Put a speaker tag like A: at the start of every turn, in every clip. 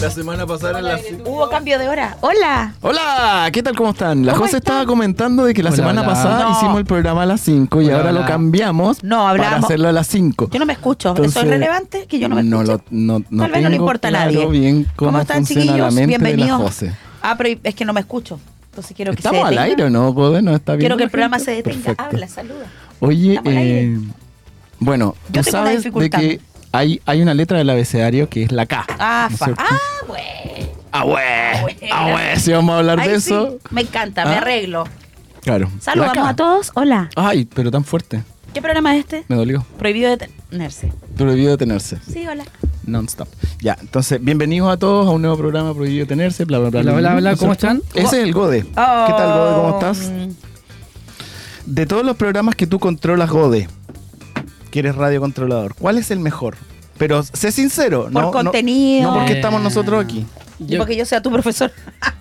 A: La semana pasada en la...
B: Hubo cambio de hora. Hola.
C: Hola, ¿qué tal? ¿Cómo están? La
B: ¿Cómo
C: José
B: están?
C: estaba comentando de que la
D: Hola,
C: semana
D: hola.
C: pasada
B: No.
C: hicimos el programa a las 5 y
D: Hola,
C: ahora lo
D: hola.
C: cambiamos
B: No,
C: para
B: hablamos.
C: hacerlo a las 5.
B: Yo no me escucho.
C: Entonces,
B: ¿Soy relevante? Que yo no me
C: no,
B: escucho.
C: lo- no, no
B: Tal vez no le
C: tengo
B: importa a
C: claro
B: nadie.
C: bien cómo,
B: están,
C: funciona
B: chiquillos?
C: la mente de
B: Bienvenidos.
C: la José.
B: Ah, pero es que no me escucho. Entonces quiero que
C: Estamos
B: se
C: al
B: detenga.
C: aire, ¿o ¿no? Poder, no está bien.
B: Quiero que el programa se detenga.
C: Perfecto.
B: Habla, saluda.
C: Oye,
B: Estamos al aire.
C: eh,
B: Yo
C: bueno, tú
B: tengo una
C: sabes de
B: dificultad.
C: que hay, hay una letra del abecedario que es la K.
B: Ah,
C: ¿no es
B: fa-
C: cierto?
B: Ah, güey.
C: ¡Ahue!
B: Buena.
C: ¡Ahue! Si vamos a hablar
B: Ahí
C: de
B: sí,
C: eso.
B: me encanta, me
C: Ah.
B: arreglo.
C: Claro. la
B: Saludamos
C: K.
B: a todos. Hola.
C: Ay, pero tan fuerte.
B: ¿Qué programa es este?
C: Me dolió.
B: Prohibido detenerse.
C: Prohibido detenerse.
B: Sí, hola.
C: Non-stop. Ya, entonces, bienvenidos a todos a un nuevo programa Prohibido Tenerse, bla, bla, bla.
D: Hola,
C: bla,
D: hola,
C: bla,
D: hola,
C: ¿no es
D: ¿cómo
C: cierto?
D: están?
C: Ese es el Gode. ¿Qué tal, Gode? ¿Cómo
B: Oh,
C: estás? De todos los programas que tú controlas, Gode, que eres radiocontrolador, ¿cuál es el mejor? Pero sé sincero,
B: Por
C: no, no-
B: contenido.
C: No, porque
D: Eh.
C: estamos nosotros aquí.
B: Y porque yo sea tu profesor.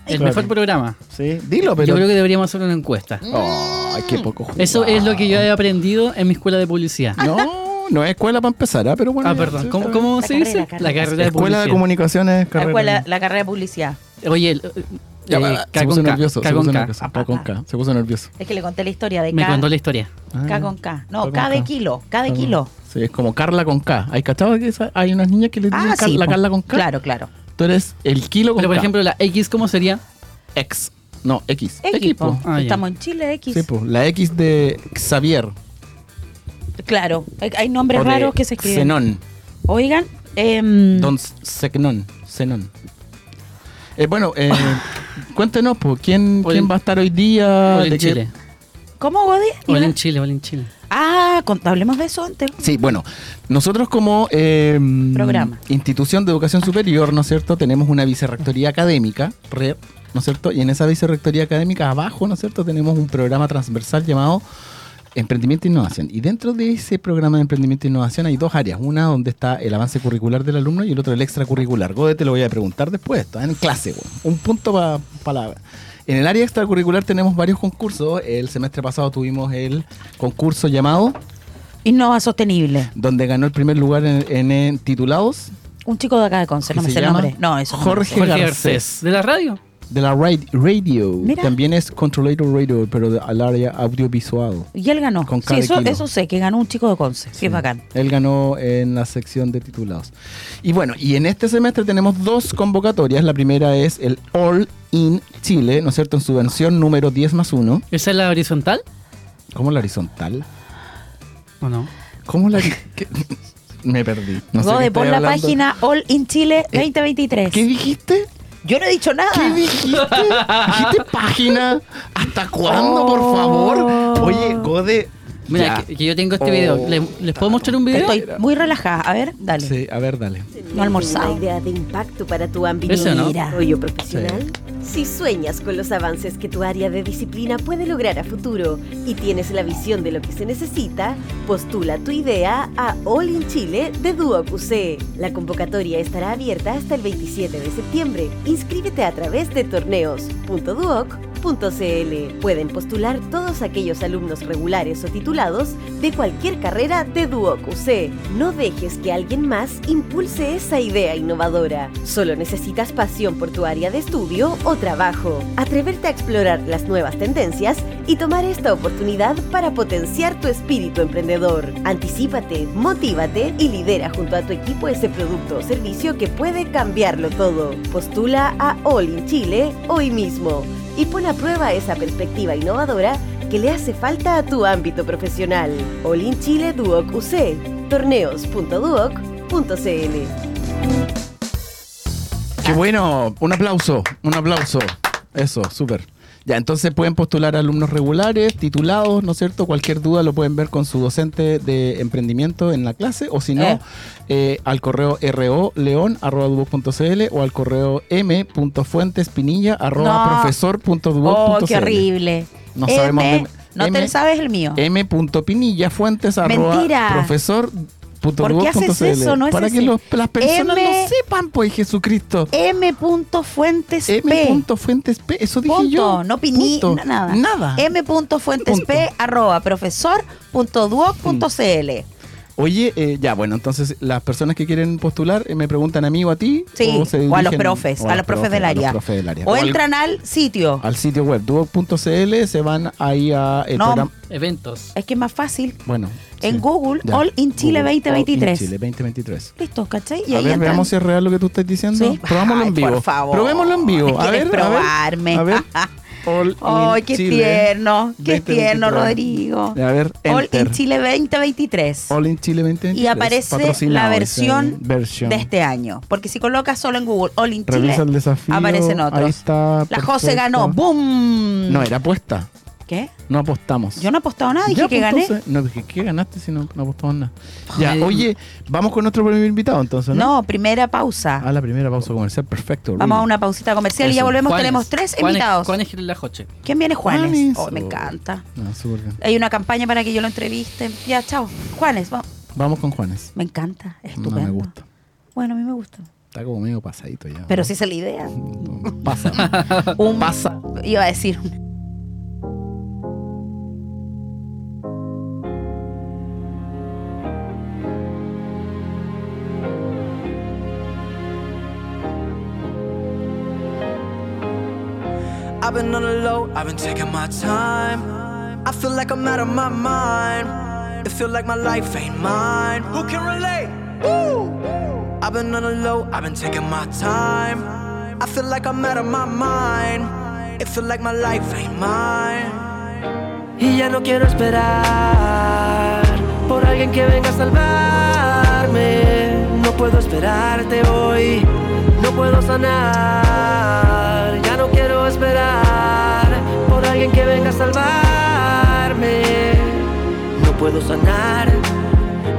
D: el
C: Claro.
D: mejor programa.
C: Sí, dilo,
D: Yo
C: pero.
D: creo que deberíamos hacer una encuesta.
C: Ay, qué poco jugado.
D: Eso es lo que yo he aprendido en mi escuela de publicidad.
B: Ah,
C: No, no es escuela para empezar, ¿ah? pero bueno.
D: Ah,
C: ya, sí,
D: perdón.
C: está
D: ¿Cómo,
C: bien.
D: cómo
B: La
D: se
B: carrera,
D: dice?
B: carrera.
D: La carrera de
C: Escuela de
D: publicidad.
C: comunicaciones,
B: La,
C: carrera.
B: escuela, la carrera de publicidad.
D: Oye, el,
C: Ya,
D: eh,
C: va, se
D: K con
C: puso
D: K,
C: nervioso,
D: K
C: se
D: con
C: puso
D: K.
C: nervioso. K con K, Se puso nervioso.
B: Es que le conté la historia de
D: Me
B: K,
D: contó la historia.
B: K con K. No,
C: K
B: K,
C: Ah. con
B: de
C: K.
B: kilo. K de
C: K con-
B: kilo.
C: Sí, es como Carla con K. ¿Hay cachado que esa- hay unas niñas que le dicen
B: Ah,
C: Car-
B: sí.
C: la
B: po.
C: Carla con K?
B: Claro, claro.
C: Tú eres el kilo con
D: Pero por
C: K.
D: ejemplo, la X, ¿cómo sería?
C: X. No, X.
B: Equipo.
C: po.
D: Ah, ya.
B: Estamos en Chile, X.
C: Sí, po. La X de Xavier.
B: Claro. Hay, hay nombres
C: o de
B: raros que se escriben.
C: Zenón.
B: Oigan, em,
C: Don Zenón. Zenón. Eh, bueno, eh, cuéntenos, po, ¿quién,
D: Hola.
C: ¿quién va a estar hoy día?
D: Hola en
C: ¿De qué-
D: Chile.
B: ¿cómo Godi?
D: Hola en Chile, hola en Chile.
B: Ah, con- hablemos de eso antes.
C: Sí, bueno, nosotros como eh,
B: Programa.
C: institución de educación superior, ¿no es cierto? Tenemos una vicerrectoría académica, REP, ¿no es cierto? Y en esa vicerrectoría académica abajo, ¿no es cierto? Tenemos un programa transversal llamado Emprendimiento e Innovación. Y dentro de ese programa de Emprendimiento e Innovación hay dos áreas. Una donde está el avance curricular del alumno y el otro el extracurricular. Gode, te lo voy a preguntar después, está en clase, güey. un punto para palabra. En el área extracurricular tenemos varios concursos. El semestre pasado tuvimos el concurso llamado
B: Innova Sostenible.
C: donde ganó el primer lugar en, en- en titulados
B: Un chico de acá de Conce, no
C: ¿Qué
B: me
C: se
B: sé el
C: llama?
B: nombre. No, eso no me
C: Jorge
B: sé.
D: Jorge
C: Garcés.
D: Garcés. ¿De la radio?
C: de la ra- radio.
B: Mira.
C: También es Controlator Radio, pero de- al área audiovisual.
B: Y él ganó.
C: Con
B: sí,
C: K de
B: eso,
C: kilo.
B: eso sé, que ganó un chico de Conce. Sí, es bacán.
C: Él ganó en la sección de titulados. Y bueno, y en este semestre tenemos dos convocatorias. La primera es el All in Chile, ¿no es cierto? En su versión número 10 más 1.
D: ¿Esa es la horizontal?
C: ¿Cómo la horizontal?
D: ¿O no?
C: ¿Cómo la... hori- qué? Me perdí. No sé qué
B: Gode,
C: estoy
B: pon la
C: hablando.
B: página All in Chile
C: Eh,
B: 2023.
C: ¿Qué dijiste?
B: Yo no he dicho nada.
C: ¿Qué dijiste? ¿Dijiste página? ¿Hasta cuándo, por
B: Oh.
C: favor? Oye, Gode.
D: Mira,
C: ya.
D: que, que yo tengo este
C: Oh,
D: video. ¿Le- ¿Les, puedo mostrar un video?
B: Estoy muy relajada. A ver, dale.
C: Sí, a ver, dale.
B: No he almorzado.
E: Una idea de impacto para tu ámbito
D: Ese, ¿no?
E: desarrollo profesional. Si sueñas con los avances que tu área de disciplina puede lograr a futuro y tienes la visión de lo que se necesita, postula tu idea a All in Chile de DuoQC. La convocatoria estará abierta hasta el 27 de septiembre. Inscríbete a través de torneos.duoc.cl. Pueden postular todos aquellos alumnos regulares o titulados de cualquier carrera de DuoQC. No dejes que alguien más impulse esa idea innovadora. Solo necesitas pasión por tu área de estudio o trabajo, atreverte a explorar las nuevas tendencias y tomar esta oportunidad para potenciar tu espíritu emprendedor. Anticípate, motívate y lidera junto a tu equipo ese producto o servicio que puede cambiarlo todo. Postula a All in Chile hoy mismo y pon a prueba esa perspectiva innovadora que le hace falta a tu ámbito profesional. All in Chile Duoc UC, torneos.duoc.cl.
C: Qué bueno. Un aplauso, un aplauso. Eso, súper. Ya, entonces pueden postular alumnos regulares, titulados, ¿no es cierto? Cualquier duda lo pueden ver con su docente de emprendimiento en la clase o si no,
B: Eh.
C: eh, al correo roleon.duoc.cl o al correo
B: No. Oh,
C: m.fuentespinilla.profesor.duoc.cl.
B: qué horrible.
C: No
B: M,
C: sabemos mem-
B: No
C: M-
B: te sabes el mío.
C: m.pinilla.fuentes arroba
B: Mentira.
C: profesor punto
B: ¿Por qué
C: duoc
B: haces
C: punto cl.
B: eso? No es
C: Para que
B: ese.
C: los- las personas
B: M-
C: lo sepan, pues, Jesucristo.
B: M. Fuentes P.
C: M.fuentes P. Eso dije
B: Punto,
C: yo.
B: no piní,
C: Punto.
B: na- nada.
C: Nada.
B: M. Fuentes
C: Punto.
B: P. arroba profesor.duoc.cl.
C: Oye, eh, ya, bueno, entonces las personas que quieren postular eh, me preguntan a mí o a ti.
B: Sí,
C: se
B: o a los
C: dirigen-
B: profes, a los profes del
C: a los
B: área.
C: profes del área.
B: O
C: O al-
B: entran al sitio.
C: al sitio web duoc.cl, se van ahí a el
B: No.
C: programa.
D: Eventos.
B: Es que es más fácil.
C: Bueno.
B: En Google,
C: ya.
B: All in Chile
C: Google, All in
B: 2023.
C: Chile 2023.
B: Listo, ¿cachai? Y
C: a
B: ahí
C: ver,
B: entran.
C: veamos si es real lo que tú estás diciendo.
B: Sí.
C: Probámoslo
B: Ay,
C: en vivo.
B: por favor.
C: Probémoslo en vivo. A
B: ¿Quieres
C: ver,
B: probarme?
C: A ver. A ver. All in
B: ¡Ay, qué
C: Chile
B: tierno! ¡Qué
C: 2023.
B: tierno, Rodrigo!
C: A ver,
B: All
C: enter.
B: in Chile 2023.
C: All in Chile 2023.
B: Y aparece la
C: patrocinado,
B: versión,
C: dice, versión.
B: de este año. Porque si colocas solo en Google All in Chile,
C: Revisa el desafío.
B: aparecen otros.
C: Ahí está.
B: la José
C: perfecto.
B: ganó. ¡Boom!
C: No, era apuesta.
B: ¿Qué?
C: No apostamos.
B: Yo no he apostado nada, dije
C: Ya,
B: que
C: pues,
B: gané.
C: entonces- no, dije, ¿qué ganaste si no, no apostamos nada? Ya,
D: Ay.
C: oye, vamos con nuestro primer invitado entonces, ¿no?
B: No, primera pausa.
C: A la primera pausa comercial, perfecto.
B: Vamos a
C: Rudy.
B: una pausita comercial y ya
C: Eso.
B: volvemos.
D: Juanes.
B: Tenemos tres
D: Juanes-
B: invitados.
D: Juanes Gil La Joche.
B: ¿Quién viene? Juanes.
C: Juanes.
B: Oh, me
C: Oh.
B: encanta.
C: No, súper bien.
B: Hay una campaña para que yo lo entreviste. Ya, chao. Juanes, vamos.
C: Vamos con Juanes.
B: Me encanta. Estupendo.
C: No me gusta.
B: Bueno, a mí me gusta.
C: Está como medio pasadito ya.
B: Pero sí esa es la idea.
C: Pasa.
B: Un,
C: Pasa.
B: Iba a decir.
A: I've been on the low, I've been taking my time. I feel like I'm out of my mind. It feel like my life ain't mine. Who can relate? Woo! I've been on the low, I've been taking my time. I feel like I'm out of my mind. It feel like my life ain't mine. Y ya no quiero esperar por alguien que venga a salvarme. No puedo esperarte hoy, no puedo sanar. Ya no quiero esperar por alguien que venga a salvarme. No puedo sanar.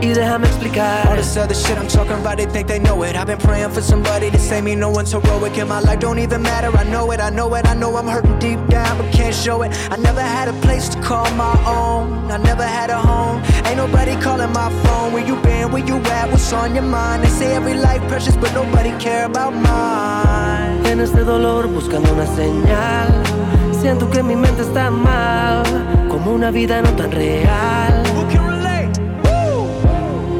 A: Y déjame explicar. All this other shit I'm talking about, they think they know it. I've been praying for somebody to save me. No one's heroic in my life, don't even matter. I know it, I know it, I know I'm hurting deep down, but can't show it. I never had a place to call my own. I never had a home. Ain't nobody calling my phone. Where you been? Where you at? What's on your mind? They say every life precious, but nobody care about mine. En este dolor buscando una señal. Siento que mi mente está mal, como una vida no tan real. Who can relate?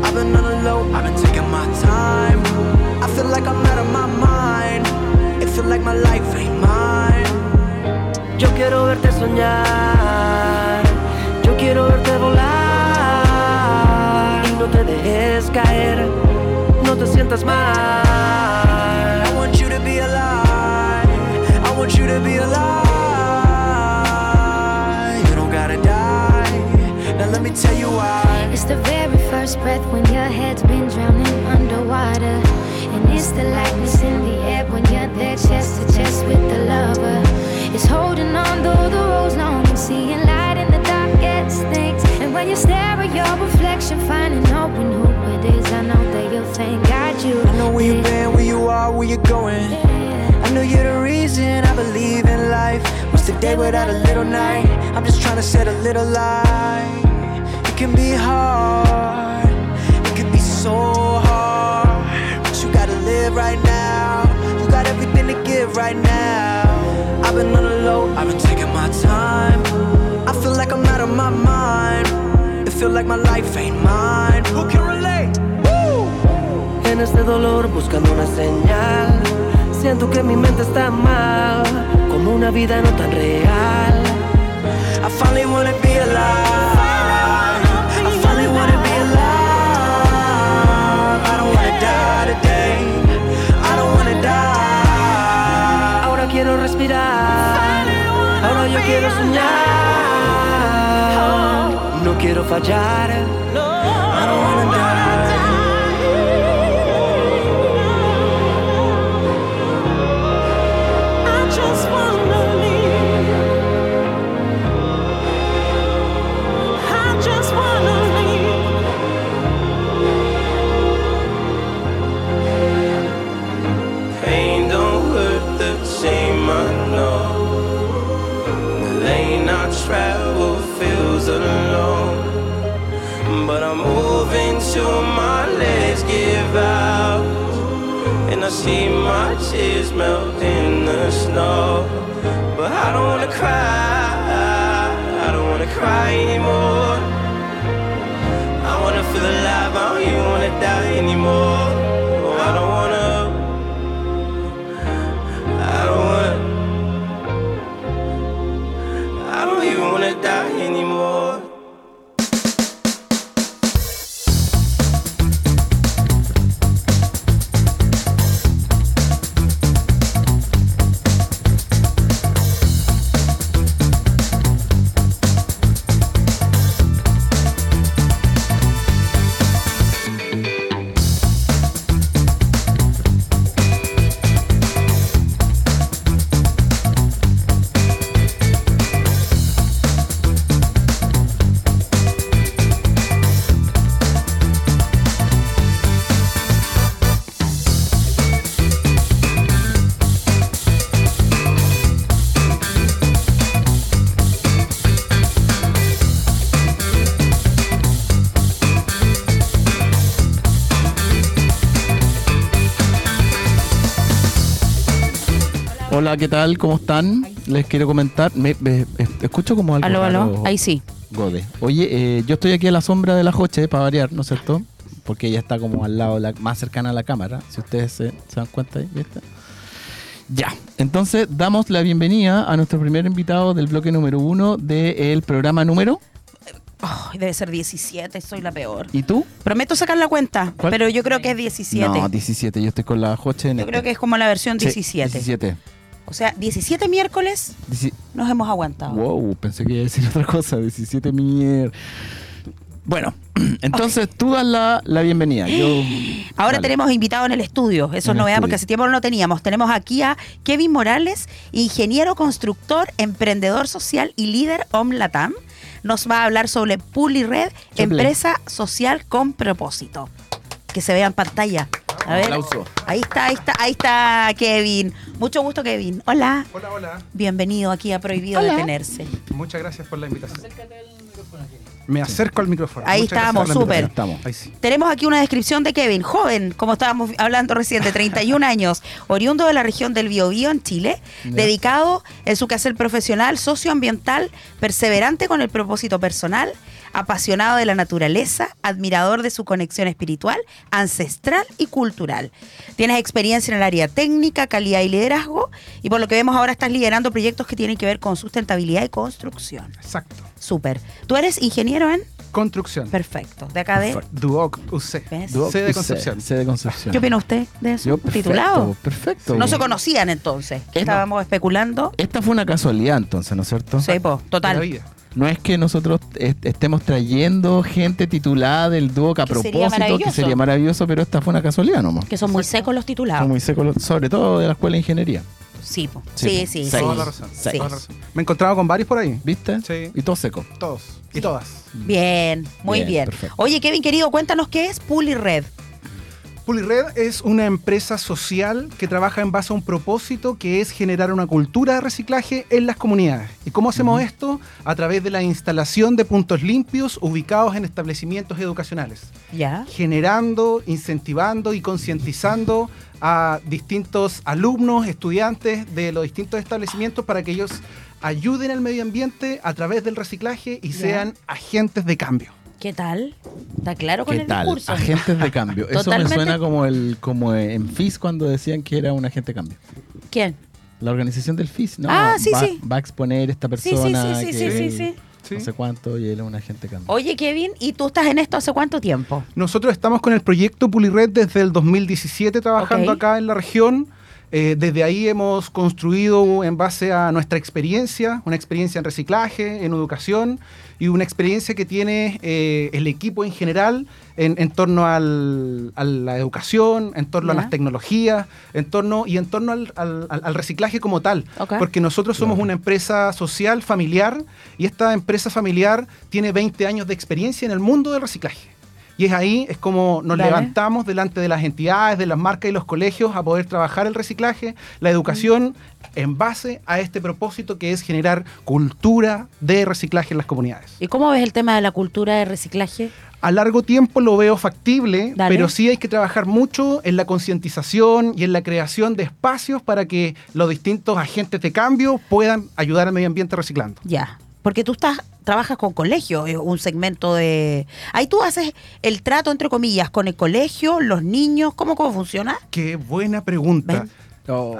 A: I've been on the low, I've been taking my time. I feel like I'm out of my mind. It feel like my life ain't mine. Yo quiero verte soñar. Yo quiero verte volar. Y no te dejes caer. No te sientas mal. I want you to be alive. I want you to be alive. You don't gotta die. Now let me tell you why.
F: It's the very first breath when your head's been drowning underwater. And it's the lightness in the air when you're there chest to chest with the lover. It's holding on though the road's long and seeing light in the darkest things. And when you stare at your reflection, finding out when who it is, I know that you'll thank God you.
A: I know where you've
F: did.
A: been, where you are, where you're going. I know you're the reason I believe in life. What's the day without a little night? I'm just trying to set a little light. It can be hard, it can be so hard. But you gotta live right now. You got everything to give right now. I've been on the low, I've been taking my time. I feel like I'm out of my mind. It feel like my life ain't mine. Who can relate? En este dolor buscando una señal. Siento que mi mente está mal, como una vida no tan real. I finally wanna be alive. I finally wanna be alive. I don't wanna die today. I don't wanna die. Ahora quiero respirar. Ahora yo quiero soñar. No quiero fallar. I don't wanna die.
G: Pain don't hurt the same, I know. The lane I travel feels alone. But I'm moving till my legs give out. And I see my tears melt in the snow. But I don't wanna cry. I don't wanna cry anymore. I wanna feel alive
C: Hola, ¿qué tal? ¿Cómo están? Les quiero comentar. Me, me- eh, escucho como algo.
B: Aló, aló.
C: raro,
B: Ahí sí.
C: Gode. Oye, eh, yo estoy aquí a la sombra de la Joche, para variar, ¿no es cierto? Porque ella está como al lado, de la- más cercana a la cámara. Si ustedes se, se dan cuenta ahí, ¿viste? Ya, entonces damos la bienvenida a nuestro primer invitado del bloque número uno del programa número.
B: Ay, debe ser 17, soy la peor.
C: ¿Y tú?
B: Prometo sacar la cuenta,
C: ¿Cuál?
B: pero yo creo que es 17.
C: No, 17. Yo estoy con la Joche en
B: yo
C: este.
B: creo que es como la versión
C: Sí,
B: 17.
C: 17.
B: O sea, 17 miércoles
C: Dieci-
B: nos hemos aguantado.
C: Wow, pensé que iba a decir otra cosa. 17 mier. Bueno, entonces tú das la, la bienvenida. Yo,
B: Ahora
C: dale.
B: tenemos invitados en el estudio, eso
C: En
B: es
C: el
B: novedad
C: estudio.
B: porque hace tiempo no lo teníamos. Tenemos aquí a Kevin Morales, ingeniero, constructor, emprendedor social y líder OMLATAM. Nos va a hablar sobre PuliRed,
C: Sople.
B: empresa social con propósito. Que se vea en pantalla. A ver.
C: Aplauso.
B: Ahí está, ahí está, ahí está Kevin. Mucho gusto, Kevin. Hola.
H: Hola, hola.
B: Bienvenido aquí a Prohibido
D: Hola.
B: Detenerse.
H: Muchas gracias por la invitación. Me acerco al micrófono.
B: Ahí
H: Muchas gracias
B: estamos,
H: por la
B: súper.
H: invitación.
C: Estamos.
H: Ahí sí.
B: Tenemos aquí una descripción de Kevin, joven, como estábamos hablando recién, de 31 años, oriundo de la región del Biobío en Chile, dedicado en su quehacer profesional, socioambiental, perseverante con el propósito personal, apasionado de la naturaleza, admirador de su conexión espiritual, ancestral y cultural. Tienes experiencia en el área técnica, calidad y liderazgo, y por lo que vemos ahora estás liderando proyectos que tienen que ver con sustentabilidad y construcción.
H: Exacto.
B: Súper. ¿Tú eres ingeniero en?
H: Construcción.
B: Perfecto. De acá de...
H: Duoc UC.
B: ¿Ves?
H: C de Concepción.
C: C de Concepción.
B: ¿Qué opina usted de eso?
C: Yo, perfecto,
B: ¿Titulado?
C: Perfecto.
B: No se conocían entonces.
C: no.
B: Estábamos especulando.
C: Esta fue una casualidad entonces, ¿no es cierto?
B: Sí, po,
H: De la
B: total.
H: vida.
C: No es que nosotros est- estemos trayendo gente titulada del dúo que a
B: Que sería
C: propósito, que
B: maravilloso.
C: sería maravilloso, pero esta fue una casualidad nomás.
B: Que son muy secos los
C: Son
B: titulados.
C: muy secos los- sobre todo de la escuela de ingeniería.
B: Sí, po. sí, sí.
C: Sí, po. Sí.
B: sí.
H: Toda la razón.
B: Sí.
H: Toda la razón. Me he encontrado con varios por ahí.
C: ¿Viste?
H: Sí.
C: Y todo seco.
H: Todos. Y todas.
B: Mm. Bien, muy
C: Bien,
B: bien.
C: perfecto.
B: Oye, Kevin, querido, cuéntanos qué es Puli Red.
H: Pulired es una empresa social que trabaja en base a un propósito que es generar una cultura de reciclaje en las comunidades. ¿Y cómo hacemos esto? A través de la instalación de puntos limpios ubicados en establecimientos educacionales.
B: Ya.
H: generando, incentivando y concientizando a distintos alumnos, estudiantes de los distintos establecimientos para que ellos ayuden al medio ambiente a través del reciclaje y
B: Ya.
H: sean agentes de cambio.
B: ¿Qué tal? ¿Está claro con
C: ¿Qué
B: el
C: tal?
B: discurso?
C: Agentes de cambio. Eso me
B: Totalmente.
C: suena como el como en FIS cuando decían que era un agente de cambio.
B: ¿Quién?
C: La organización del FIS, ¿no?
B: Ah, sí,
C: va,
B: sí.
C: Va a exponer esta persona.
B: sí, sí,
C: que
B: sí, sí, sí. Oh.
H: Sí.
C: No sé cuánto y él es un agente de cambio.
B: Oye, Kevin, ¿y tú estás en esto hace cuánto tiempo?
H: Nosotros estamos con el proyecto Pulired desde el 2017 trabajando
B: Ok.
H: acá en la región. Eh, desde ahí hemos construido en base a nuestra experiencia, una experiencia en reciclaje, en educación y una experiencia que tiene eh, el equipo en general en, en torno al- a la educación, en torno
B: Ya.
H: a las tecnologías, en torno y en torno al, al- al- al reciclaje como tal.
B: Ok.
H: Porque nosotros somos una empresa social, familiar, y esta empresa familiar tiene 20 años de experiencia en el mundo del reciclaje. Y es ahí, es como nos
B: Vale.
H: levantamos delante de las entidades, de las marcas y los colegios a poder trabajar el reciclaje, la educación, en base a este propósito que es generar cultura de reciclaje en las comunidades.
B: ¿Y cómo ves el tema de la cultura de reciclaje?
H: A largo tiempo lo veo factible,
B: Dale.
H: pero sí hay que trabajar mucho en la concientización y en la creación de espacios para que los distintos agentes de cambio puedan ayudar al medio ambiente reciclando.
B: Ya, porque tú estás trabajas con colegios, eh, un segmento de... Ahí tú haces el trato, entre comillas, con el colegio, los niños, ¿cómo, cómo funciona?
H: Qué buena pregunta.
B: Ven.
H: Oh.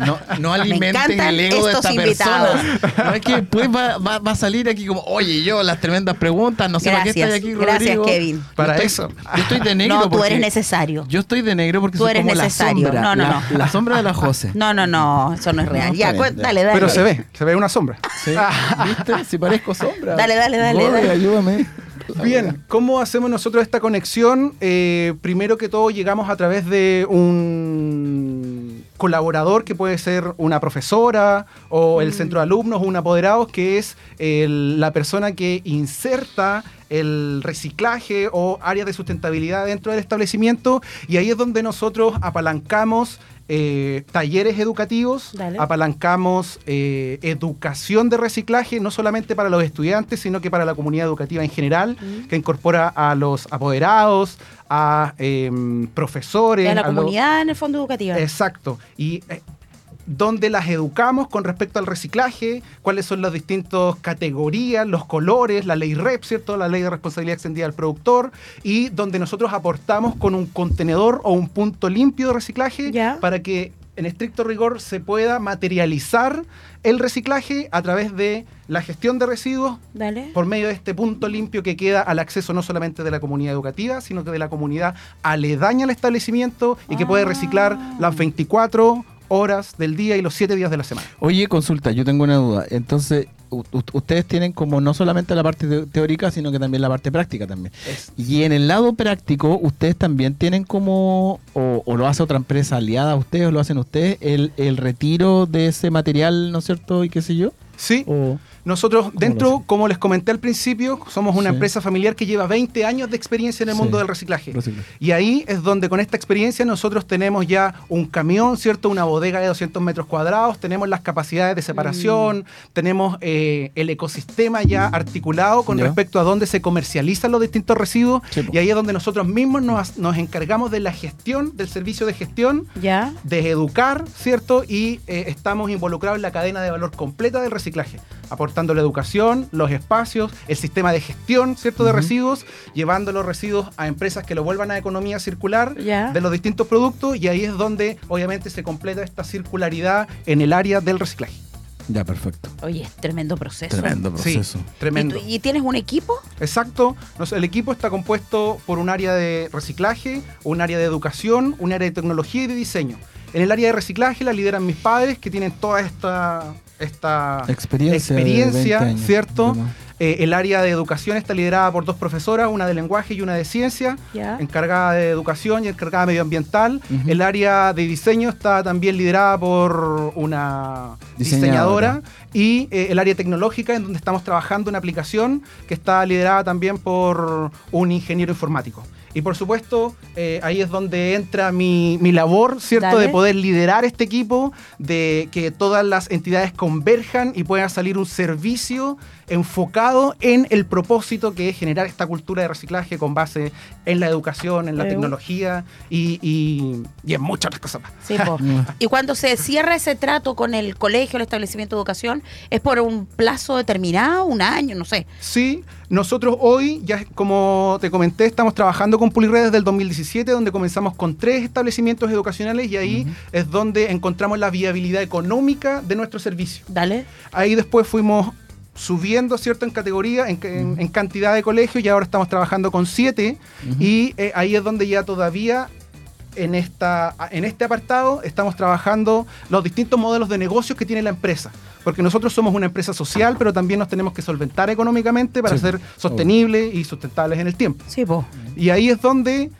C: No, no, no
B: Me
C: alimenten
B: encantan
C: el ego de
B: estos
C: esta
B: invitados.
C: persona. No es que después va, va- va a salir aquí como, oye, yo las tremendas preguntas, no sé para qué
B: Gracias,
C: estoy aquí,
B: gracias,
C: Rodrigo.
B: Kevin.
H: Para
C: yo estoy-
H: eso.
C: Yo estoy de negro
B: no, tú
C: porque-
B: eres necesario.
C: Yo estoy de negro porque
B: Tú
C: soy
B: eres
C: como
B: necesario.
C: la sombra.
B: No, no,
C: la,
B: no.
C: la sombra de la José.
B: No, no, no, eso no es real.
C: No,
B: ya,
C: está bien,
B: cuen-
C: ya.
B: dale, dale.
H: Pero se ve, se ve una sombra.
C: Sí, ¿Viste? Si parezco sombra.
B: Dale, dale, dale,
C: Gordo,
B: dale.
C: ayúdame.
H: Bien, ¿cómo hacemos nosotros esta conexión? Eh, primero que todo llegamos a través de un colaborador que puede ser una profesora o el centro de alumnos o un apoderado que es el- la persona que inserta el reciclaje o áreas de sustentabilidad dentro del establecimiento y ahí es donde nosotros apalancamos eh, talleres educativos,
B: Dale.
H: apalancamos eh, educación de reciclaje, no solamente para los estudiantes, sino que para la comunidad educativa en general, que incorpora a los apoderados, a em, profesores.
B: a la
H: a los-
B: comunidad en el fondo educativo.
H: Exacto. Y eh, donde las educamos con respecto al reciclaje, cuáles son las distintas categorías, los colores, la ley REP, ¿cierto? La ley de responsabilidad extendida al productor, y donde nosotros aportamos con un contenedor o un punto limpio de reciclaje
B: Ya.
H: para que en estricto rigor se pueda materializar el reciclaje a través de la gestión de residuos
B: Dale.
H: por medio de este punto limpio que queda al acceso no solamente de la comunidad educativa, sino que de la comunidad aledaña al establecimiento y que puede reciclar
C: Ah.
H: las 24 horas del día y los 7 días de la semana.
C: Oye, consulta, yo tengo una duda. Entonces, u- u- ustedes tienen como no solamente la parte teo- teórica, sino que también la parte práctica también. Y en el lado práctico, ustedes también tienen como, o, o lo hace otra empresa aliada a ustedes, o lo hacen ustedes, el, el retiro de ese material, ¿no es cierto? Y qué sé yo.
H: Sí,
C: O,
H: nosotros
C: Oh. lo
H: dentro,
C: hacen?
H: como les comenté al principio, somos una
C: Sí.
H: empresa familiar que lleva 20 años de experiencia en el
C: Sí.
H: mundo del reciclaje.
C: Reciclaje.
H: Y ahí es donde con esta experiencia nosotros tenemos ya un camión, ¿cierto? Una bodega de 200 metros cuadrados, tenemos las capacidades de separación,
C: Mm.
H: tenemos eh, el ecosistema ya articulado con
C: Ya.
H: respecto a dónde se comercializan los distintos residuos.
C: Sí, po.
H: y ahí es donde nosotros mismos nos, nos encargamos de la gestión, del servicio de gestión
B: Ya.
H: de educar, ¿cierto? Y eh, estamos involucrados en la cadena de valor completa del reciclaje, aportando la educación, los espacios, el sistema de gestión, ¿cierto? De residuos, llevando los residuos a empresas que lo vuelvan a economía circular
B: Ya.
H: de los distintos productos y ahí es donde obviamente se completa esta circularidad en el área del reciclaje.
C: Ya, perfecto.
B: Oye, es tremendo proceso.
C: Tremendo Este proceso.
H: Sí, tremendo.
B: ¿Y, tú- y tienes un equipo?
H: Exacto. Nos- el equipo está compuesto por un área de reciclaje, un área de educación, un área de tecnología y de diseño. En el área de reciclaje la lideran mis padres que tienen toda esta, esta
C: Experiencia de
H: experiencia,
C: 20 años.
H: ¿cierto?
C: Demás.
H: Eh, el área de educación está liderada por dos profesoras, una de lenguaje y una de ciencia,
B: Ya.
H: encargada de educación y encargada medioambiental.
C: Ujú.
H: El área de diseño está también liderada por una
C: Diseñadora.
H: diseñadora y eh, el área tecnológica en donde estamos trabajando una aplicación que está liderada también por un ingeniero informático. Y por supuesto, eh, ahí es donde entra mi, mi labor, ¿cierto?
B: Dale.
H: De poder liderar este equipo, de que todas las entidades converjan y pueda salir un servicio enfocado en el propósito que es generar esta cultura de reciclaje con base en la educación, en la
B: Eu.
H: tecnología y, y- y en muchas otras cosas más.
B: Sí, po.
C: Ah,
B: y cuando se cierra ese trato con el colegio, el establecimiento de educación, ¿es por un plazo determinado, un año, no sé?
H: Sí, nosotros hoy, ya como te comenté, estamos trabajando con Pulirred desde el 2017, donde comenzamos con tres establecimientos educacionales y ahí es donde encontramos la viabilidad económica de nuestro servicio.
B: Dale.
H: Ahí después fuimos subiendo, ¿cierto?, en categoría, en, en- en cantidad de colegios y ahora estamos trabajando con siete y eh, ahí es donde ya todavía... En, esta, en este apartado estamos trabajando los distintos modelos de negocios que tiene la empresa, porque nosotros somos una empresa social, pero también nos tenemos que solventar económicamente para
C: Sí,
H: ser
C: obvio.
H: sostenibles y sustentables en el tiempo.
B: Sí, po.
H: Y ahí es donde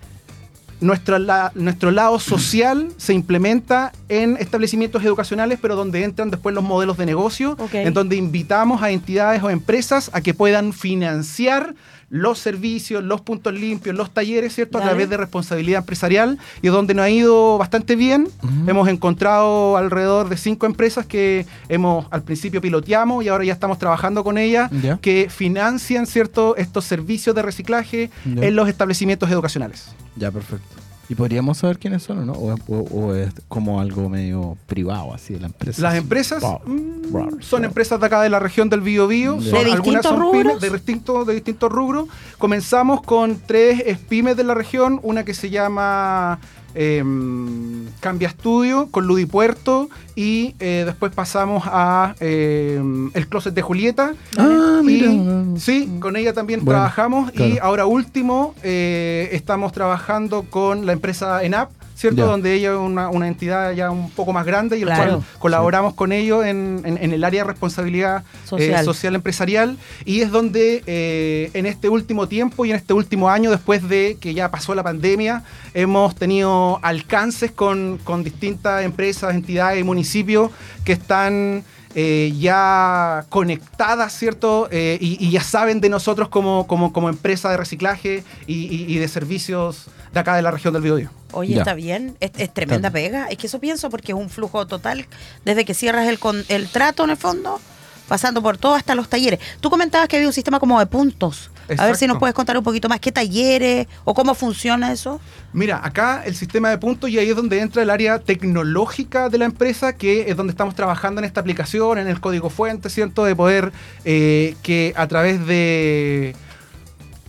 H: nuestro, la- nuestro lado social se implementa en establecimientos educacionales, pero donde entran después los modelos de negocio,
B: Ok.
H: en donde invitamos a entidades o empresas a que puedan financiar los servicios, los puntos limpios, los talleres, ¿cierto?
B: Dale.
H: A través de responsabilidad empresarial y donde nos ha ido bastante bien.
C: Ujú.
H: Hemos encontrado alrededor de cinco empresas que hemos al principio piloteamos y ahora ya estamos trabajando con ellas
C: Ya.
H: que financian, ¿cierto?, estos servicios de reciclaje
C: Ya.
H: en los establecimientos educacionales.
C: Ya, perfecto. ¿Y podríamos saber quiénes son o no? ¿O, o- o es como algo medio privado así de la empresa?
H: Las
C: Así,
H: empresas
C: pa,
H: mm,
C: pa,
H: son
C: pa.
H: empresas de acá de la región del Bío Bío.
C: Ya.
H: son-
B: ¿De
H: algunas
B: distintos
H: son
B: rubros?
H: pymes de distintos de distintos rubros. Comenzamos con tres eh, pymes de la región, una que se llama em, Cambia Estudio con Ludi Puerto y eh, después pasamos a em, El Closet de Julieta.
C: Ah,
H: Y,
C: mira. Mm.
H: sí, con ella también
C: Bueno,
H: trabajamos y
C: claro.
H: ahora último eh, estamos trabajando con la empresa ENAP, ¿cierto?
C: Ya.
H: Donde ella es una, una entidad ya un poco más grande y el
B: Claro.
H: cual colaboramos con ellos en, en- en el área de responsabilidad eh,
B: Social.
H: social, empresarial y es donde eh, en este último tiempo y en este último año, después de que ya pasó la pandemia, hemos tenido alcances con, con distintas empresas, entidades y municipios que están... eh, ya conectadas, ¿cierto? Eh, y, y ya saben de nosotros como, como, como empresa de reciclaje y, y- y de servicios de acá de la región del Biobío.
B: Oye,
C: Ya.
B: está bien, es, es tremenda pega. Es que eso pienso porque es un flujo total. Desde que cierras el, con- el trato en el fondo, pasando por todo hasta los talleres. Tú comentabas que había un sistema como de puntos. A ver si nos
H: Exacto.
B: puedes contar un poquito más qué talleres o cómo funciona eso.
H: Mira, acá el sistema de puntos y ahí es donde entra el área tecnológica de la empresa, que es donde estamos trabajando en esta aplicación, en el código fuente, ¿cierto? De poder eh, que a través de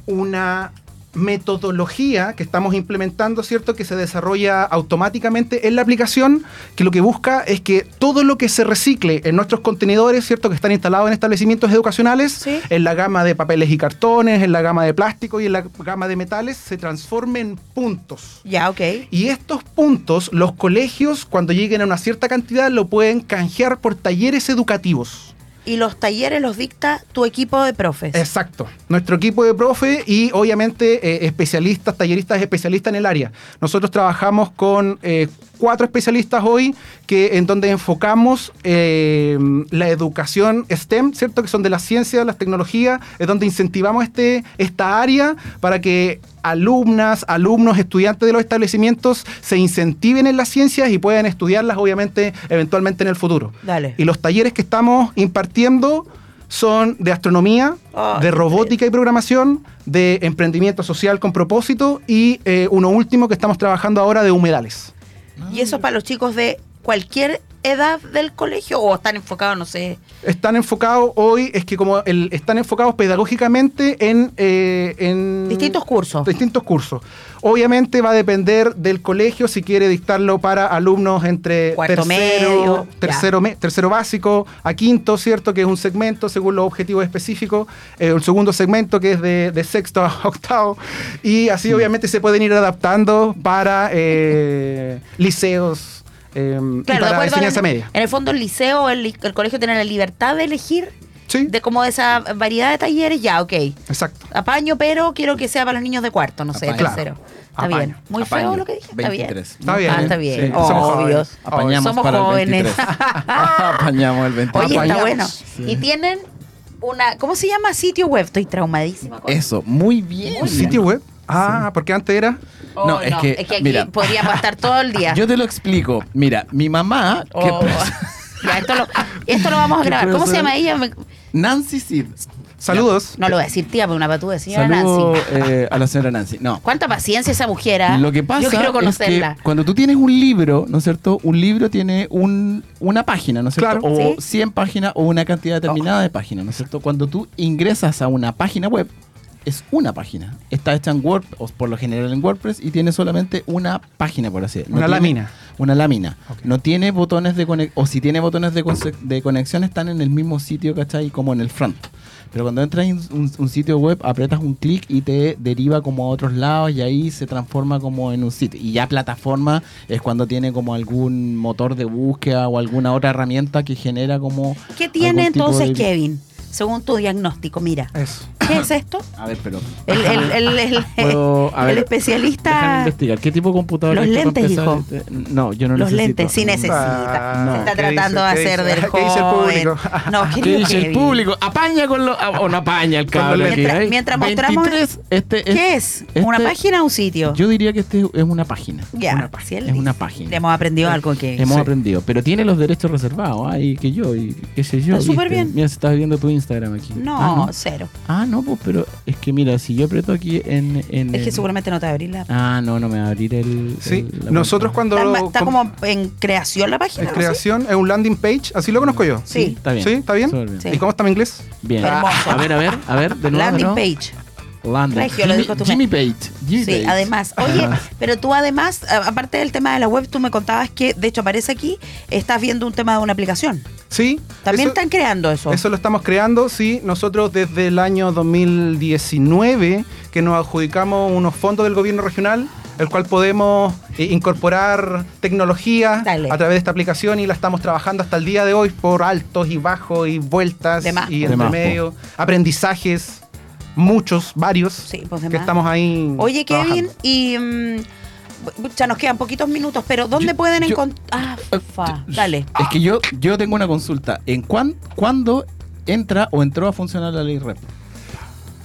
H: una metodología que estamos implementando, ¿cierto? Que se desarrolla automáticamente en la aplicación, que lo que busca es que todo lo que se recicle en nuestros contenedores, ¿cierto? Que están instalados en establecimientos educacionales,
B: Sí.
H: en la gama de papeles y cartones, en la gama de plástico y en la gama de metales, se transforme en puntos.
B: Ya, ok.
H: Y estos puntos, los colegios, cuando lleguen a una cierta cantidad, lo pueden canjear por talleres educativos.
B: Y los talleres los dicta tu equipo de profes.
H: Exacto. Nuestro equipo de profe y obviamente eh, especialistas, talleristas, especialistas en el área. Nosotros trabajamos con eh, cuatro especialistas hoy que en donde enfocamos eh, la educación STEM, ¿cierto? Que son de las ciencias, las tecnologías, es donde incentivamos este, esta área para que alumnas, alumnos, estudiantes de los establecimientos se incentiven en las ciencias y puedan estudiarlas obviamente eventualmente en el futuro.
B: Dale.
H: Y los talleres que estamos impartiendo son de astronomía,
B: Ah,
H: de
B: qué
H: robótica y programación, de emprendimiento social con propósito y eh, uno último que estamos trabajando ahora de humedales.
B: Y eso es para los chicos de cualquier edad del colegio o están enfocados, no sé.
H: Están enfocados hoy, es que como el- están enfocados pedagógicamente en, eh, en-
B: Distintos cursos.
H: Distintos cursos. Obviamente va a depender del colegio si quiere dictarlo para alumnos entre
B: Cuarto
H: tercero,
B: medio, ya.
H: tercero, me- tercero básico a quinto, ¿cierto? Que es un segmento según los objetivos específicos. Eh, el segundo segmento que es de, de sexto a octavo. Y
B: Mm.
H: así obviamente se pueden ir adaptando para eh, liceos eh, y
B: de
H: para
B: acuerdo a la-
H: enseñanza media.
B: En el fondo, el liceo, el, el colegio tiene la libertad de elegir
H: Sí,
B: de como de esa variedad de talleres, ya, ok.
H: exacto.
B: Apaño, pero quiero que sea para los niños de cuarto, no sé, de
C: Apaño.
B: tercero. Está
H: Apaño.
B: bien. Muy feo lo que dije. Está bien.
C: 23.
H: Está bien.
B: Ah, está bien.
H: Sí,
B: Obvio.
H: somos jóvenes.
C: Apañamos
B: Somos
C: para
B: jóvenes.
C: el 23. Apañamos el 23.
B: Oye, está
H: Apañamos.
B: bueno. Y tienen una, ¿cómo se llama? Sitio web. Estoy traumadísima con
C: Eso, muy bien.
H: ¿Un sitio web? Ah, porque antes era...
C: No,
B: Oh,
C: es que,
B: aquí
C: mira,
B: podríamos estar todo el día.
C: yo te lo explico. Mira, mi mamá, que
B: Oh. Ya, esto, lo, esto lo vamos a
C: ¿Qué
B: grabar. ¿Cómo se
C: profesor?
B: llama ella? Me-
C: Nancy Sid.
H: Saludos.
B: No lo voy a decir tía, pero una patúa, señora
C: Saludo
B: Nancy.
C: eh, a la señora Nancy. No.
B: ¿Cuánta paciencia esa mujer? ah?
C: Lo que pasa
B: Yo quiero
C: es que
B: conocerla.
C: cuando tú tienes un libro, ¿no es cierto? Un libro tiene un, una página, ¿no es cierto?
H: Claro.
C: O
B: Sí.
C: 100 páginas o una cantidad determinada de páginas, ¿no es cierto? Cuando tú ingresas a una página web, es una página. Está hecha en Word, o por lo general en WordPress, y tiene solamente una página, por así decirlo.
H: Una lámina.
C: Una lámina.
H: Ok.
C: No tiene botones de conexión, o si tiene botones de, conse- de conexión, están en el mismo sitio, ¿cachai? Como en el front. Pero cuando entras en un, un sitio web, apretas un clic y te deriva como a otros lados y ahí se transforma como en un sitio. Y ya plataforma es cuando tiene como algún motor de búsqueda o alguna otra herramienta que genera como...
B: ¿Qué tiene
C: algún tipo
B: entonces
C: de-
B: Kevin? Según tu diagnóstico, mira.
H: Eso.
B: ¿Qué es esto?
C: A ver, pero...
B: El, el- el- el-
C: Puedo- a
B: el
C: ver, déjame
B: especialista.
C: investigar. ¿Qué tipo de computador?
B: Los
C: es que va a
B: lentes,
C: empezar
B: hijo.
C: este? No, yo no
B: Los
C: necesito.
B: lentes, sí necesita.
H: Ah,
B: se está
H: ¿qué
B: tratando de
H: dice? ¿Qué
B: hacer
H: dice?
B: del
H: ¿Qué dice el
B: joven.
H: público?
B: No,
C: ¿Qué
B: querido
C: dice el
B: Kevin.
C: público? Apaña con los... O no apaña el cable.
H: los
C: que
B: lentes.
C: hay.
B: Mientras mostramos-
C: 23, este
B: ¿Qué es? ¿Una
C: este-
B: página o un sitio?
C: Yo diría que este es una página.
B: ya,
C: Una página.
B: si él
C: es una
B: dice.
C: página.
B: Le hemos aprendido algo, Kevin.
C: Hemos aprendido, pero tiene los derechos reservados. Ay, que yo, y qué sé yo.
B: Está súper
C: ¿viste?
B: bien.
C: Mira, se está viendo tu Instagram aquí.
B: No,
C: Ah, no,
B: cero.
C: Ah, no, pues, pero es que mira, si yo aprieto aquí en. en-
B: Es que
C: en-
B: seguramente no te va a abrir la.
C: Ah, no, no me va a abrir el.
H: Sí,
C: el- la
H: nosotros
C: cuenta.
H: cuando...
B: Está,
H: lo
B: está
H: com-
B: como en creación la página.
H: Es
B: ¿no?
H: creación, es un landing page, así lo conozco yo.
B: Sí.
C: Está bien.
H: ¿Sí? ¿Está bien?
C: Súper bien.
B: Sí.
H: ¿Y cómo está mi inglés?
C: Bien.
B: Hermoso.
C: A ver, a ver, a ver, de nuevo.
B: Landing
C: ¿no?
B: page.
C: Landing.
B: Regio, lo
C: Jimmy,
B: dijo tu
C: Jimmy Page. Jimmy
B: Sí,
C: Page.
B: además. Oye,
C: Además.
B: pero tú además, a- aparte del tema de la web, tú me contabas que, de hecho, aparece aquí, estás viendo un tema de una aplicación.
H: Sí.
B: También
H: eso-
B: están creando eso.
H: Eso lo estamos creando, sí. Nosotros desde el año 2019 que nos adjudicamos unos fondos del gobierno regional, el cual podemos eh, incorporar tecnología
B: Dale.
H: a través de esta aplicación y la estamos trabajando hasta el día de hoy por altos y bajos y vueltas
B: De más,
H: y
C: po. De más,
H: entre
C: po.
H: medio, aprendizajes, muchos, varios,
B: Sí, pues, de
H: que
B: más.
H: estamos ahí.
B: Oye, Kevin,
H: trabajando.
B: y. mm, ya nos quedan poquitos minutos, pero ¿dónde
C: Yo-
B: pueden
C: yo- eh,
B: encontrar.? Ah, fa, dale.
C: Es que yo, yo tengo una consulta. ¿En cuán, cuándo entra o entró a funcionar la ley REP?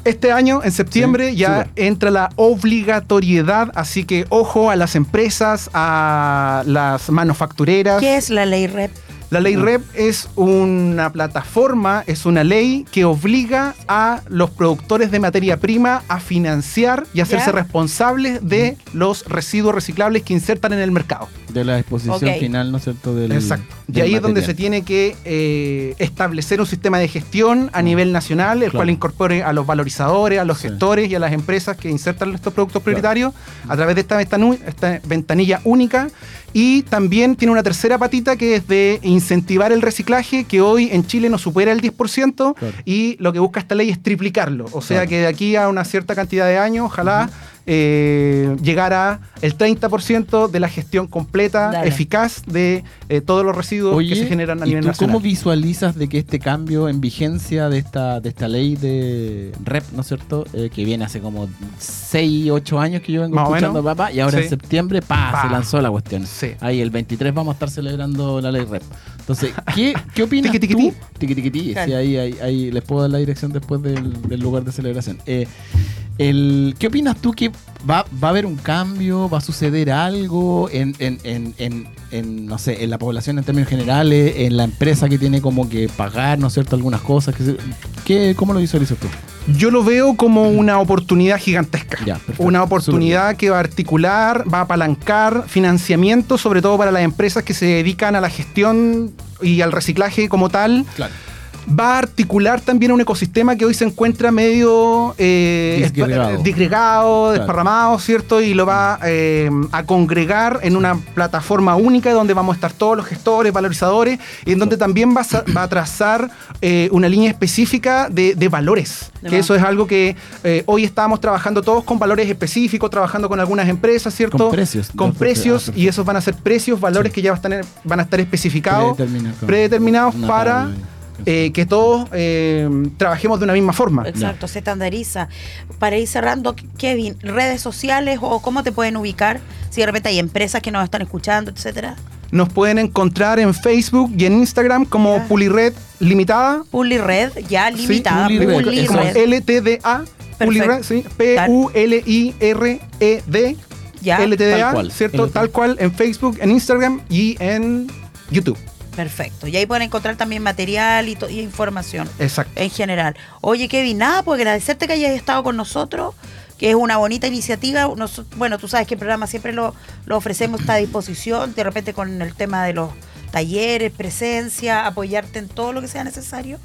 H: Este año, en septiembre,
C: Sí,
H: ya
C: súper.
H: entra la obligatoriedad, así que ojo a las empresas, a las manufactureras.
B: ¿Qué es la ley REP?
H: La ley
C: Mm.
H: REP es una plataforma, es una ley que obliga a los productores de materia prima a financiar y hacerse
B: Ya.
H: responsables de
C: Mm.
H: los residuos reciclables que insertan en el mercado.
C: De la exposición
B: Ok.
C: final, ¿no es cierto? Del,
H: Exacto. Y
C: del
H: ahí es donde se
C: material.
H: tiene que eh, establecer un sistema de gestión a nivel nacional, el
C: Mm. Claro.
H: cual incorpore a los valorizadores, a los
C: Sí.
H: gestores y a las empresas que insertan estos productos prioritarios
C: Mm.
H: a través de esta, ventanu- esta ventanilla única. Y también tiene una tercera patita que es de incentivar el reciclaje, que hoy en Chile no supera el 10%,
C: Claro.
H: y lo que busca esta ley es triplicarlo. O sea
C: Claro.
H: que de aquí a una cierta cantidad de años, ojalá eh, llegar a el 30% de la gestión completa,
B: Dale.
H: eficaz de eh, todos los residuos
C: Oye,
H: que se generan a
C: ¿y
H: nivel
C: tú
H: nacional.
C: ¿Cómo visualizas de que este cambio en vigencia de esta, de esta ley de REP, ¿no es cierto? Eh, que viene hace como 6, 8 años que yo vengo
H: Más o
C: escuchando,
H: menos.
C: papá, y ahora
H: Sí.
C: en septiembre, pa,
H: Pa.
C: se lanzó la cuestión.
H: Sí.
C: Ahí el 23 vamos a estar celebrando la ley REP. Entonces, ¿qué, qué opinas
H: Tiqui, tiqui,
C: tú?
H: tiqui.
C: Tiqui, tiqui, tiqui.
B: Claro.
C: Sí, ahí, ahí, ahí les puedo dar la dirección después del, del lugar de celebración. Eh, el, ¿Qué opinas tú que va, va a haber un cambio? ¿Va a suceder algo en, en- en- en- en, no sé, en la población en términos generales, en la empresa que tiene como que pagar, ¿no es cierto?, algunas cosas. Que se- ¿qué, ¿Cómo lo visualizas tú?
H: Yo lo veo como una oportunidad gigantesca.
C: Ya, perfecto.
H: una oportunidad que va a articular, va a apalancar financiamiento, sobre todo para las empresas que se dedican a la gestión y al reciclaje como tal.
C: Claro.
H: va a articular también un ecosistema que hoy se encuentra medio eh,
C: Disgregado.
H: espa- disgregado, desparramado, ¿cierto? Y lo va eh, a congregar en una plataforma única donde vamos a estar todos los gestores, valorizadores, y en donde también va a, sa- va a trazar eh, una línea específica de, de valores. Que
B: Ajá.
H: eso es algo que eh, hoy estábamos trabajando todos con valores específicos, trabajando con algunas empresas, ¿cierto?
C: Con precios.
H: Con
C: Ah,
H: precios,
C: perfecto.
H: y esos van a ser precios, valores
C: Sí.
H: que ya van a estar, van a estar especificados
C: Predeterminado.
H: predeterminados
C: Una
H: para
C: tabla.
H: eh, que todos eh, trabajemos de una misma forma.
B: Exacto, se estandariza. Para ir cerrando, Kevin, redes sociales o cómo te pueden ubicar, si de repente hay empresas que nos están escuchando, etcétera.
H: Nos pueden encontrar en Facebook y en Instagram como
B: Ya.
H: Pulired Limitada.
B: Puli Red, ya
H: Sí,
B: limitada,
C: Puli Red,
B: Puli
C: eso
H: como
B: Red,
C: es.
H: LTDA. Pulired,
B: Perfecto.
H: sí. P-U-L-I-R-E-D.
B: ya,
C: Tal
H: LTDA,
C: cual.
H: ¿cierto?
C: LTDA.
H: Tal cual en Facebook, en Instagram y en YouTube.
B: perfecto. Y ahí pueden encontrar también material y, to- y información
H: Exacto.
B: en general. Oye, Kevin, nada, pues agradecerte que hayas estado con nosotros, que es una bonita iniciativa. Nos- bueno, tú sabes que el programa siempre lo, lo ofrecemos, está a disposición, de repente con el tema de los talleres, presencia, apoyarte en todo lo que sea necesario.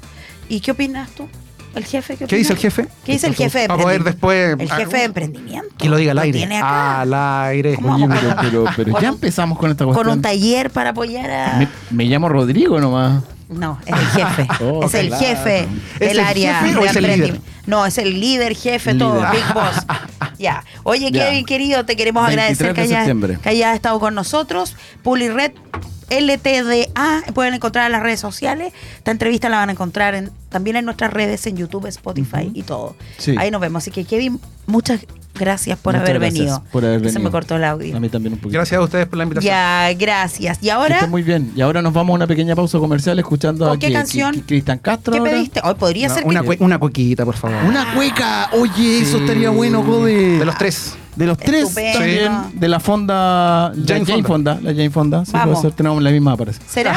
B: ¿Y qué opinas tú? ¿El jefe? ¿Qué,
H: ¿Qué
B: opinas?
H: dice el jefe?
B: ¿Qué dice el jefe de
H: Para poder
B: emprendimiento?
H: después-
B: El jefe de emprendimiento.
H: Que lo diga al aire. Ah,
B: tiene acá.
H: Al aire.
B: ¿Cómo vamos
C: Oye,
B: a-
C: pero, pero- pero ya empezamos con esta cuestión.
B: Con un taller para apoyar a.
C: me, me llamo Rodrigo nomás.
B: No, es el jefe.
C: Oh,
B: es el
C: claro.
B: jefe
H: ¿Es
B: del
H: el
B: área
H: jefe o
B: de
H: es el
B: emprendi-
H: líder?
B: No, es el líder, jefe, todo,
C: Líder.
B: Big Boss. ya. Oye,
C: Ya.
B: Kevin, querido, te queremos
C: 23
B: agradecer que
C: de
B: hayas,
C: septiembre.
B: que hayas estado con nosotros. Pulired LTDA, pueden encontrar en las redes sociales. Esta entrevista la van a encontrar en- también en nuestras redes, en YouTube, Spotify y todo.
C: Sí.
B: Ahí nos vemos. Así que, Kevin, muchas gracias por
C: Muchas
B: haber
C: gracias
B: venido.
C: Por haber
B: Que Se
C: venido.
B: me cortó el audio.
C: A mí también un poquito.
H: Gracias a ustedes por la invitación.
B: Ya, gracias. Y
C: Que
B: ahora.
C: estén muy bien. Y ahora nos vamos a una pequeña pausa comercial escuchando
B: ¿Con
C: a
B: qué
C: que-
B: canción?
C: que- que Cristian Castro.
B: ¿Qué
C: ahora.
B: pediste? Ah. Hoy podría
H: No,
B: ser
H: una,
B: que-
H: cue- una cuequita, por favor.
C: Una cueca. Oye, eso estaría bueno, Code.
H: De los tres.
C: De los tres
B: Estupendo.
C: también. De la fonda. la
H: Jane
C: Jane, Fonda. La Jane Fonda. Sí,
B: Vamos.
C: puede ser. Tenemos la misma, parece.
B: ¿Será?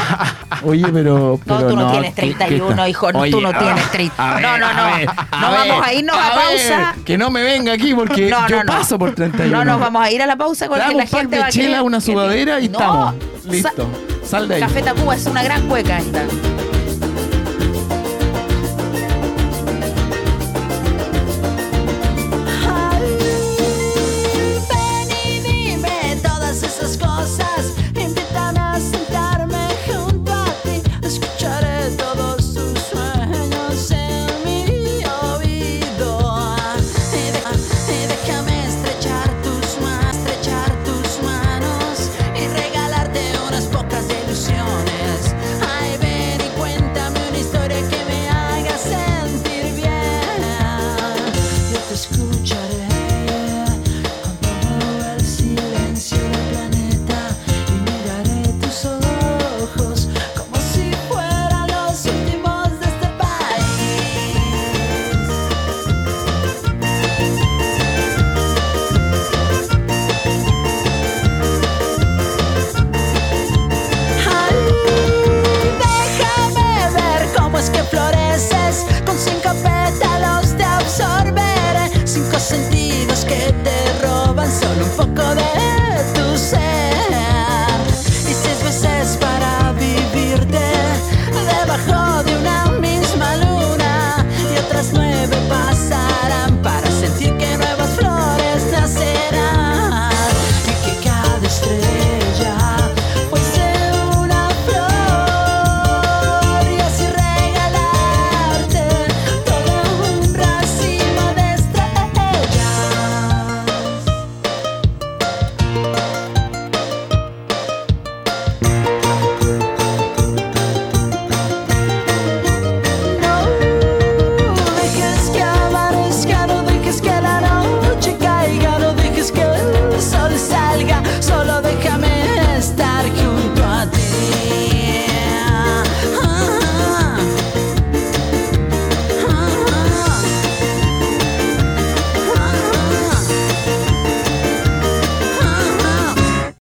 C: Oye, pero.
B: No,
C: pero
B: tú no, tienes
C: ¿qué- qué
B: 31,
C: está?
B: hijo.
C: Oye,
B: tú no
C: a-
B: tienes 30.
C: a
B: No,
C: ver,
B: no, no.
C: a ver,
B: no
C: ver,
B: vamos a irnos a,
C: ver,
B: pausa.
C: que no me venga aquí porque
B: No,
C: Eh, yo
B: no, no.
C: paso por 31.
B: No nos vamos a ir a la pausa con
C: Traemos
B: que la
C: un par
B: gente
C: de
B: va a
C: chela,
B: creer
C: una
B: que-
C: sudadera y
B: No,
C: estamos.
B: sa-
C: Listo. Sal de ahí.
B: Café Tacuba es una gran cueca esta.
I: Ven y dime todas esas cosas. Invitan a sentarme junto a ti. Escucharé todos tus sueños en mi oído. Y de- Y déjame estrechar tus manos, estrechar tus manos y regalarte unas pocas ilusiones. Ay, ven y cuéntame una historia que me haga sentir bien. Yo te escucharé con todo el silencio del planeta y miraré tus ojos como si fueran los últimos de este país. Ay, sentidos que te roban solo un poco de